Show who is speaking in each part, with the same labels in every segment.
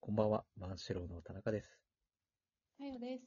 Speaker 1: こんばんは、万志郎の田中です。
Speaker 2: はよです。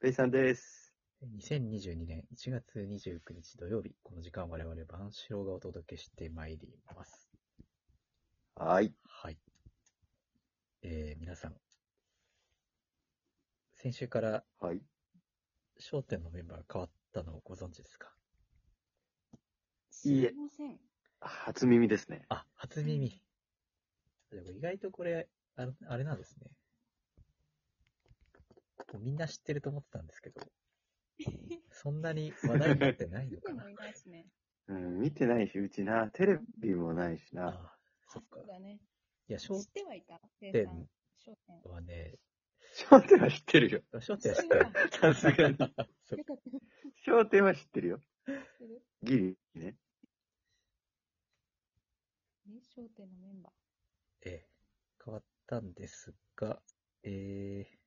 Speaker 3: ペイさんです。
Speaker 1: 2022年1月29日土曜日、この時間我々万志郎がお届けしてまいります。
Speaker 3: はい。
Speaker 1: はい。えー、皆さん、先週から
Speaker 3: はい。
Speaker 1: 焦点のメンバーが変わったのをご存知ですか
Speaker 2: す
Speaker 3: いいえ
Speaker 2: ませ ん。
Speaker 3: 初耳ですね。
Speaker 1: あ、初耳。でも意外とこれ、あのあれなんですね。もうみんな知ってると思ってたんですけど、そんなに話題になってないの
Speaker 2: で
Speaker 1: か な
Speaker 2: も。いないしね。
Speaker 3: うん、見てないし、うちな、テレビもないし
Speaker 1: あ
Speaker 3: な。
Speaker 1: あ、そっか
Speaker 2: そう。だね。
Speaker 1: いや、
Speaker 2: 知
Speaker 1: 焦
Speaker 2: ってはいた。店
Speaker 1: 点
Speaker 2: さん、商店。
Speaker 1: 点はね、
Speaker 3: 焦点は知ってるよ。
Speaker 1: 焦
Speaker 2: 知
Speaker 1: 点
Speaker 2: っ
Speaker 1: は知って て
Speaker 2: る
Speaker 1: る
Speaker 2: わ。
Speaker 3: さすがに。
Speaker 1: そう
Speaker 2: よかった知
Speaker 3: 焦点は知ってるよ。
Speaker 2: ってる
Speaker 3: ギリね。
Speaker 2: え商店のメンバ
Speaker 1: ええ、変わったんですが、ええ、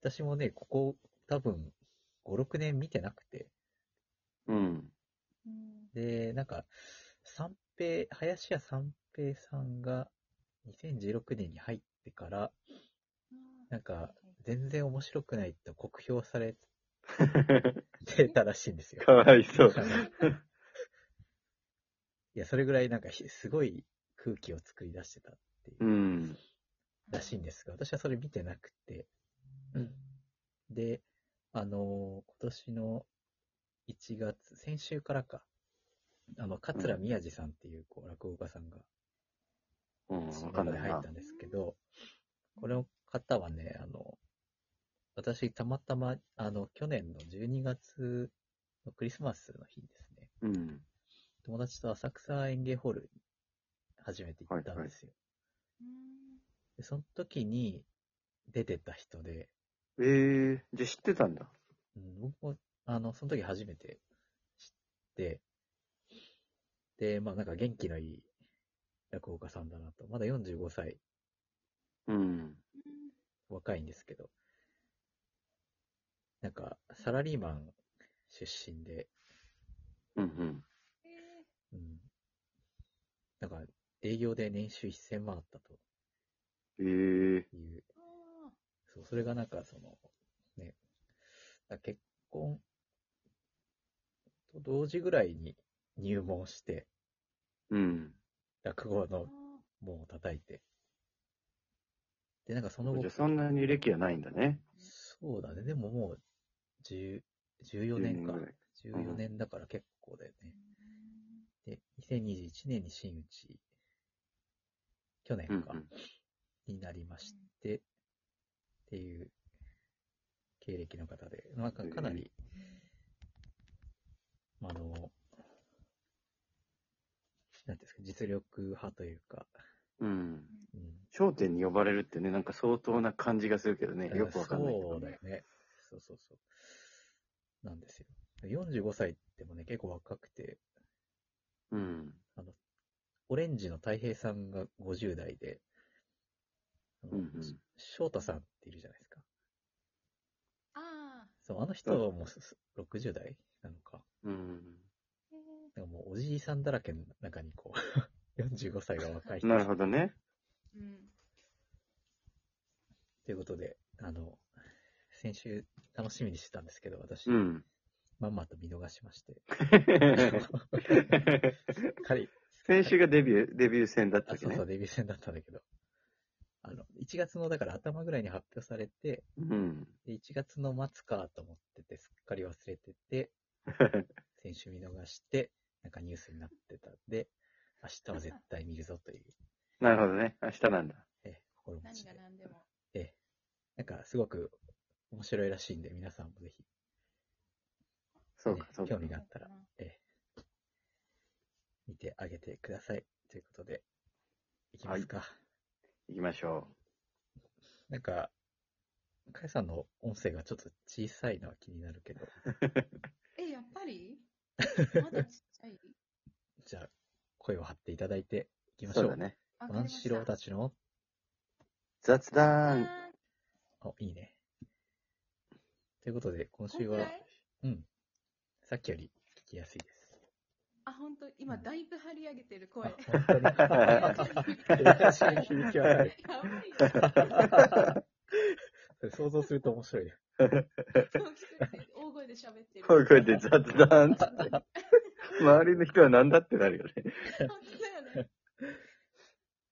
Speaker 1: 私もね、ここ多分5、6年見てなくて、
Speaker 3: うん。
Speaker 2: ー。うん。
Speaker 1: で、なんか、三平、林家三平さんが2016年に入ってから、なんか、全然面白くないと酷評されてたらしいんですよ。
Speaker 3: かわいそう。。
Speaker 1: いや、それぐらいなんかひすごい空気を作り出してたっていううんらしいんですが、私はそれ見てなくて、で、あのー今年の1月、先週からか、あの、桂宮治さんっていうこう落語家さんが、
Speaker 3: うん、
Speaker 1: 新
Speaker 3: わ
Speaker 1: 潟
Speaker 3: かん
Speaker 1: に
Speaker 3: ない
Speaker 1: 入っ
Speaker 3: な
Speaker 1: た。んですけど、この方はね、あの、私、たまたま、あの、去年の12月のクリスマスの日にですね、
Speaker 3: うん。
Speaker 1: 友達と浅草園芸ホールに初めて行ったんですよ。
Speaker 2: うん
Speaker 1: でその時に出てた人で、
Speaker 3: えー、じゃあ知ってたんだ。
Speaker 1: うん、僕も、あの、その時初めて知って、で、まあなんか元気のいい落語家さんだなと。まだ45歳、
Speaker 3: うん。
Speaker 2: うん
Speaker 1: 若いんですけど、なんかサラリーマン出身で、
Speaker 3: うん
Speaker 2: え
Speaker 1: うん、なんか営業で年収1000万あったと
Speaker 3: うん。えー、
Speaker 1: いう、
Speaker 2: ーあ
Speaker 1: そうそれがなんかその、ね、だから結婚と同時ぐらいに入門して、
Speaker 3: うん。
Speaker 1: 落語
Speaker 2: ー
Speaker 1: の
Speaker 2: あ
Speaker 1: 門を叩いて。で、なんかその
Speaker 3: じ
Speaker 1: 後
Speaker 3: ゃあ、そんなに歴はないんだね。
Speaker 1: そうだね、でももう、10 14
Speaker 3: 10
Speaker 1: 年
Speaker 3: 年
Speaker 1: か
Speaker 3: ぐ。らい。
Speaker 1: 14年だから結構だよね。で、2021年に真打ち、去
Speaker 3: うんう
Speaker 1: 年か、
Speaker 3: ん。
Speaker 1: になりまして、っていう経歴の方で、なんかかなり、あの、なんていうんですか、実力派というか、
Speaker 3: うん。
Speaker 1: うん、
Speaker 3: 焦点に呼ばれるってね、なんか相当な感じがするけどね。よくわかんないけ
Speaker 1: そ
Speaker 3: ど
Speaker 1: うだよね。そうそうそう。なんですよ。45歳ってもね、結構若くて、
Speaker 3: うん。
Speaker 1: オレンジの太平さんが50代で、あの
Speaker 3: うんうん
Speaker 1: し翔太さんっているじゃないですか。
Speaker 2: あ
Speaker 1: そう、あの人はもうすす60代なのか。
Speaker 3: うん。
Speaker 2: ー。え
Speaker 1: なんかもうおじいさんだらけの中にこう、45歳 が若い人
Speaker 3: なるほどね。
Speaker 2: ーうん。
Speaker 1: ということで、あの、先週楽しみにしてたんですけど、私、
Speaker 3: うん。
Speaker 1: まんまと見逃しま して。彼、
Speaker 3: 先週がデビュー、デビュー戦だった
Speaker 1: あ、
Speaker 3: わけ
Speaker 1: そう
Speaker 3: ね
Speaker 1: そう、。デビュー戦だったんだけど。あの、1月の、だから頭ぐらいに発表されて、
Speaker 3: うん。
Speaker 1: で1月の末かと思ってて、すっかり忘れてて、先週見逃して、なんかニュースになってたんで、明日は絶対見るぞという、
Speaker 3: なるほどね。明日なんだ。
Speaker 1: え心持
Speaker 2: 何
Speaker 1: ちで
Speaker 2: が。何でも。
Speaker 1: なんか、すごく面白いらしいんで、皆さんもぜひ、
Speaker 3: そうか、そうか
Speaker 1: 興。味があったら見てあげてください。ということで、いきますか。
Speaker 3: 行きましょ
Speaker 1: なんか、かやさんの音声がちょっと小さいのは気になるけど、
Speaker 2: え、やっ ぱりまだちっちゃい
Speaker 1: じゃあ、声を張っていただいていき
Speaker 3: う。
Speaker 1: ましょう。
Speaker 3: そうだね。
Speaker 2: わかり
Speaker 1: 万
Speaker 2: まし
Speaker 1: 志
Speaker 2: た
Speaker 1: 郎たちの、
Speaker 3: 雑談。
Speaker 1: あ、いいね。ということで、今
Speaker 2: 今週
Speaker 1: 週
Speaker 2: は
Speaker 1: は、。うん、さっきより聞きやすいです。
Speaker 2: あ、本当今、
Speaker 1: うん
Speaker 2: だいぶ張り上げてる声。
Speaker 1: あ
Speaker 2: や
Speaker 1: 本当に。
Speaker 2: ば
Speaker 1: 確かに 響き渡る。
Speaker 2: いよ。
Speaker 1: それ想像すると面白いね。
Speaker 2: 大きくて大声で喋ってる。
Speaker 3: こういう声で雑談っつって。周りの人は何だってなるよね。
Speaker 2: 本当だよね。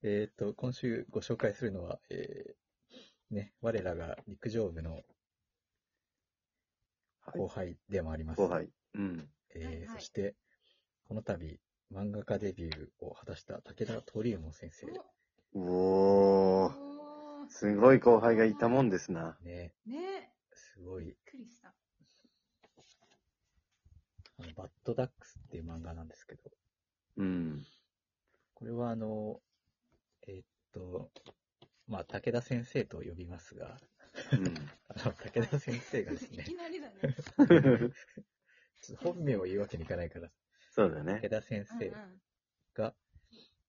Speaker 1: えっ、と、今週ご紹介するのは、えー、ね、我らが陸上部の後輩でもあります。
Speaker 3: 後輩。うん。
Speaker 2: はい
Speaker 1: えー
Speaker 2: は
Speaker 1: そ
Speaker 2: い
Speaker 1: して、この度、漫画家デビューを果たした武田登竜門先生。
Speaker 3: お
Speaker 2: お
Speaker 3: ー、
Speaker 2: おー
Speaker 3: すごい後輩がいたもんですな。
Speaker 1: ね、
Speaker 2: ね
Speaker 1: すごい、
Speaker 2: びっくりした。
Speaker 1: あの、バッドダックスっていう漫画なんですけど、
Speaker 3: うん。
Speaker 1: これはあの、えーっと、まあ、武田先生と呼びますが、 あの、武田先生がです
Speaker 2: い
Speaker 1: ね、
Speaker 2: きなりだね。
Speaker 3: うん。
Speaker 1: ちょっと本名を言うわけにいかないから、
Speaker 3: そうだね
Speaker 1: 武。田先
Speaker 2: うんう
Speaker 1: 生
Speaker 2: ん。
Speaker 1: が、だか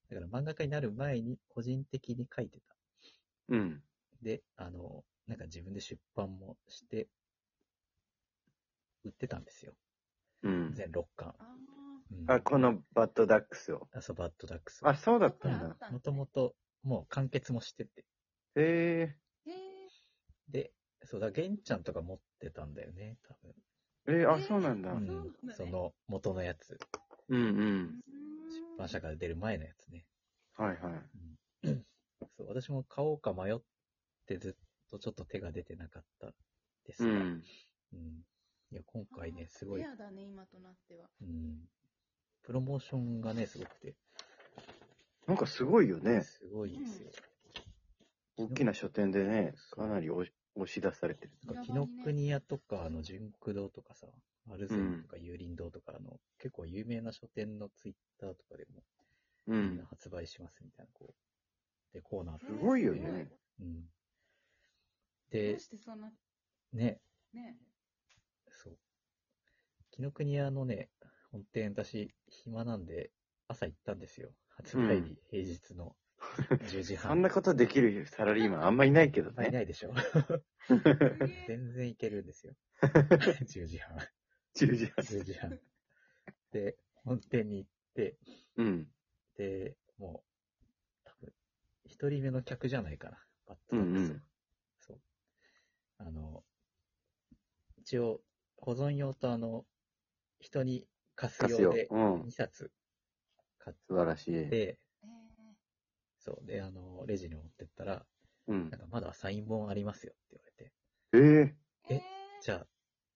Speaker 1: ら漫画家になる前に個人的に書いてた。
Speaker 3: うん。
Speaker 1: で、あの、なんか自分で出版もして、売ってたんですよ。
Speaker 3: うん。
Speaker 1: 全6巻。
Speaker 2: あ
Speaker 1: うん、
Speaker 3: あ、このバッドダックスを。
Speaker 1: あそう、バッドダックス。
Speaker 3: あ、そうだ
Speaker 2: ー
Speaker 3: ったんだ。
Speaker 1: もともと、もう完結もしてて。
Speaker 3: え
Speaker 2: へー
Speaker 1: で、そうだ、玄ちゃんとか持ってたんだよね、多
Speaker 3: ー、えー、あ、そうなんだ。
Speaker 2: あ
Speaker 1: 分。
Speaker 2: そうなんだね
Speaker 1: その元のやつ。
Speaker 3: うんう。
Speaker 2: うん
Speaker 1: 出
Speaker 2: ーん
Speaker 1: 版社から出る前のやつね。
Speaker 3: はいはい。
Speaker 1: そう、私も買おうか迷ってずっとちょっと手が出てなかったです
Speaker 3: う
Speaker 1: が、
Speaker 3: ん。
Speaker 1: うんいや、今回ね、すごい
Speaker 2: レ、アだね、今となっては。
Speaker 1: うん。プロモーションがね、すごくて。
Speaker 3: なんかすごいよね。
Speaker 1: すごいですよ。
Speaker 3: 大きな書店でね、かなり押し押し出されてる。
Speaker 1: なんか紀
Speaker 2: 平
Speaker 1: ノ
Speaker 2: 場にね
Speaker 1: 国屋とか、あの、純駆堂とかさ、アルゼンとか、有林堂とか、あの、結構有名な書店のツイッターとかでも、
Speaker 3: う。
Speaker 1: みんなん発売しますみたいな、こう、で、コーナーと
Speaker 2: す
Speaker 1: か
Speaker 3: すごいよね。
Speaker 1: うん。
Speaker 2: ど
Speaker 1: で
Speaker 2: う、してそんな、
Speaker 1: ね、
Speaker 2: ね。
Speaker 1: そう。紀ノ国屋のね、本店、私、暇なんで、朝行ったんですよ。発売日、平日 の10時半。
Speaker 3: そんなことできるサラリーマンあんまいないけど
Speaker 1: あい
Speaker 3: ね。
Speaker 1: ないでしょ。
Speaker 2: すげえ
Speaker 1: 全然いけるんです よ。10時半。
Speaker 3: 10時半。
Speaker 1: 10時半。で、本店に行って、
Speaker 3: うん。
Speaker 1: で、もう、多分、一人目の客じゃないかな。バットダックスを、
Speaker 3: うんうん
Speaker 1: そう。あの、一応、保存用とあの、人に貸す
Speaker 3: 貸す
Speaker 1: 用
Speaker 3: よ
Speaker 1: で。
Speaker 3: うん
Speaker 1: 2。冊買
Speaker 3: 素晴らし
Speaker 1: っ
Speaker 3: い。
Speaker 1: て、
Speaker 2: えー
Speaker 1: そう。で、あの、レジに持ってったら、
Speaker 3: うん
Speaker 1: なん。かまだサイン本ありますよって言われて、
Speaker 3: え
Speaker 1: え
Speaker 3: え
Speaker 2: え
Speaker 1: じゃあ、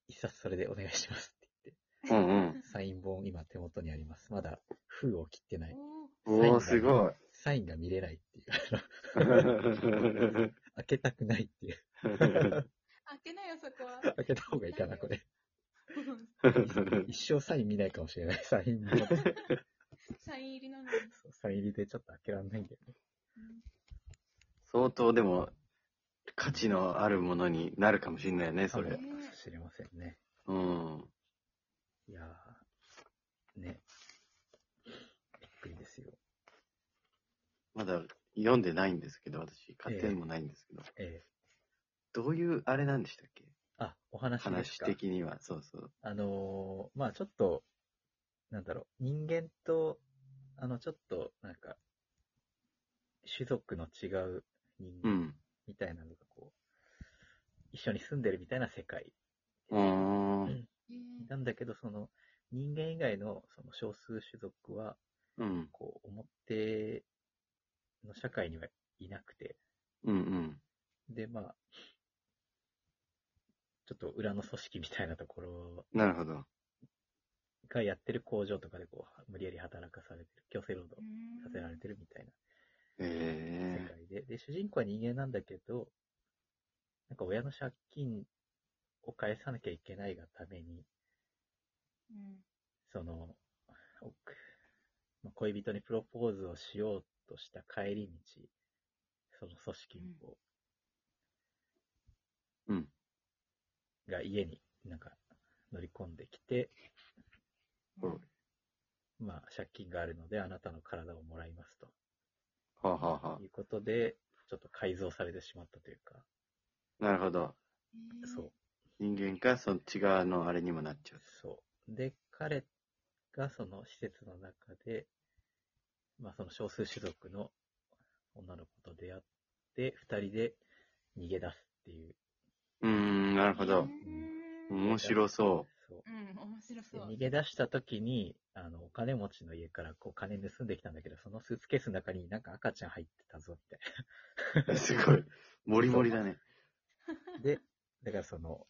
Speaker 1: 一冊それでお願いしますって言っ
Speaker 3: うんうん。
Speaker 1: て、サイン本今手元にあります。まだ封を切ってない。
Speaker 2: おー
Speaker 3: おおすごい。
Speaker 1: サインが見れないっていう。開けたくないっていう。
Speaker 2: 開けなよ、そこは。
Speaker 1: 開けた方がいいかな、これ。
Speaker 3: う
Speaker 1: 一生サイン見ないかもしれない。サイン本。そう
Speaker 2: サイン入りなのに。
Speaker 1: サイン入りでちょっと開けられないんだよね。
Speaker 2: うん
Speaker 3: 相当でも、価値のあるものになるかもしれないね、そ
Speaker 1: か
Speaker 3: れ。
Speaker 1: もしれませんね。
Speaker 3: うん。
Speaker 1: いやー、ね。びっくりですよ。
Speaker 3: まだ読んでないんですけど、私、買ってもないんですけど、
Speaker 1: ええ
Speaker 3: どういうあれなんでしたっけ
Speaker 1: あ、お話です
Speaker 3: 話
Speaker 1: か。
Speaker 3: 的には、そうそう。
Speaker 1: あのーまあちょっと、なんだろう、人間と、あの、ちょっと、なんか、種族の違う人
Speaker 3: う
Speaker 1: 間
Speaker 3: ん。
Speaker 1: みたいなのがこう、一緒に住んでるみたいな世界。
Speaker 3: うーん。
Speaker 2: えー
Speaker 1: なんだけど、その、人間以外のその少数種族は、
Speaker 3: うん。
Speaker 1: こう、表の社会にはいなくて、
Speaker 3: うん
Speaker 1: で、まあ、ちょっと裏の組織みたいなところ
Speaker 3: うん。なるほど。
Speaker 1: がやってる工場とかでこう、無理やり働かされてる、強制労働
Speaker 2: うん
Speaker 1: させられてるみたいな世
Speaker 3: え
Speaker 1: 界で、で、主人公は人間なんだけど、なんか親の借金を返さなきゃいけないがために、
Speaker 2: うん
Speaker 1: その、おまあ恋人にプロポーズをしようとした帰り道、その組織にこう、
Speaker 3: うん
Speaker 1: が家になんか乗り込んできて、
Speaker 3: うん
Speaker 1: まあ借金があるのであなたの体をもらいます
Speaker 3: えはあ、はあは
Speaker 1: ということで、ちょっと改造されてしまったというか、
Speaker 3: あ、なるほど。
Speaker 2: えー
Speaker 1: そう、
Speaker 3: 人間か、そっち側のあれにもなっちゃう。
Speaker 1: そう。で、彼がその施設の中で、まあその少数種族の女の子と出会って、二人で逃げ出すっていう。
Speaker 3: うーん、なるほ
Speaker 2: へ
Speaker 3: ど。
Speaker 2: ーうん、
Speaker 3: 面白そ。
Speaker 1: そう。
Speaker 2: 面白
Speaker 1: で
Speaker 2: そう
Speaker 1: 逃。げ出した時に、あの、お金持ちの家からこう金盗んできたんだけど、そのスーツケースの中になんか赤ちゃん入ってたぞ、み たいう
Speaker 3: すごい。モリモリだね。
Speaker 1: な。で、だからその、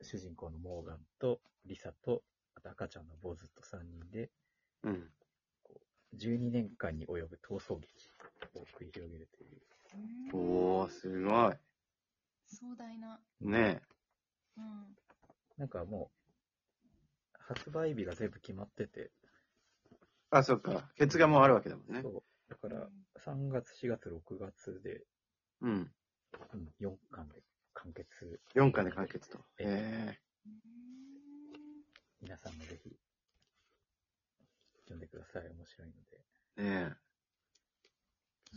Speaker 1: 主人公のモーガンとリサと、あと赤ちゃんの坊主と3人で、
Speaker 3: うん。
Speaker 1: 12年間に及ぶ逃走劇を繰り広げるという。
Speaker 2: うん
Speaker 3: おー、すごい。
Speaker 2: 壮大な。
Speaker 3: ね
Speaker 2: うん。
Speaker 1: なんかもう、発売日が全部決まってて、
Speaker 3: え。あ、そっか。ケツがもうあるわけだもんね
Speaker 1: そ。う。だか
Speaker 2: う
Speaker 1: ら
Speaker 2: ん、
Speaker 1: 3月、4月、6月で、
Speaker 3: うん。
Speaker 1: うん、4巻で完結。
Speaker 3: 4巻で完結と。へえ。
Speaker 1: 皆さんもぜひ、読んでください。面白いので。
Speaker 3: ねえ。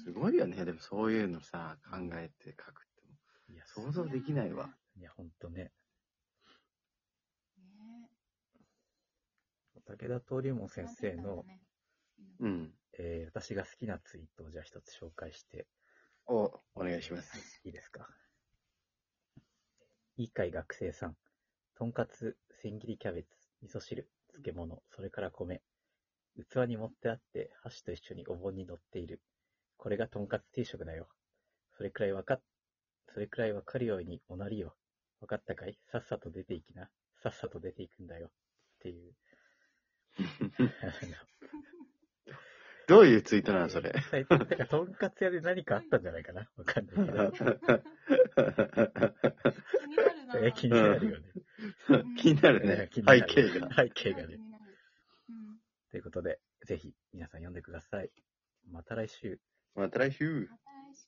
Speaker 3: すごいよね。でもそういうのさ、考えて書くっても。
Speaker 1: いや、
Speaker 3: 想像できないわ。
Speaker 1: いや、ほんとね。
Speaker 2: ね
Speaker 1: 武田登竜門先生の、
Speaker 3: う。
Speaker 2: うん
Speaker 1: えー私が好きなツイートをじゃあ一つ紹介して
Speaker 3: お、お願いします。
Speaker 1: いいですか。いいかい学生さん。とんかつ、千切りキャベツ、味噌汁、漬物、それから米。器に盛ってあって、箸と一緒にお盆に乗っている。これがとんかつ定食だよ。それくらいわかっ、それくらいわかるようにおなりよ。わかったかいさっさと出ていきな。さっさと出ていくんだよ。っていう。
Speaker 3: どういうツイートなのそ れ。
Speaker 1: 最近なんかとんかつ屋で何かあったんじゃないかなわかんないけ ど。
Speaker 2: 気にな
Speaker 1: え気にな
Speaker 2: るな。
Speaker 1: るよね。
Speaker 3: 気になる
Speaker 1: ね
Speaker 3: ね。
Speaker 1: 気
Speaker 3: 背
Speaker 1: になる
Speaker 3: 景が。
Speaker 1: 背景が
Speaker 2: 気
Speaker 1: ね。
Speaker 2: になるうん。
Speaker 1: ということで、ぜひ皆さん読んでください。また来週。
Speaker 3: また来週。
Speaker 2: また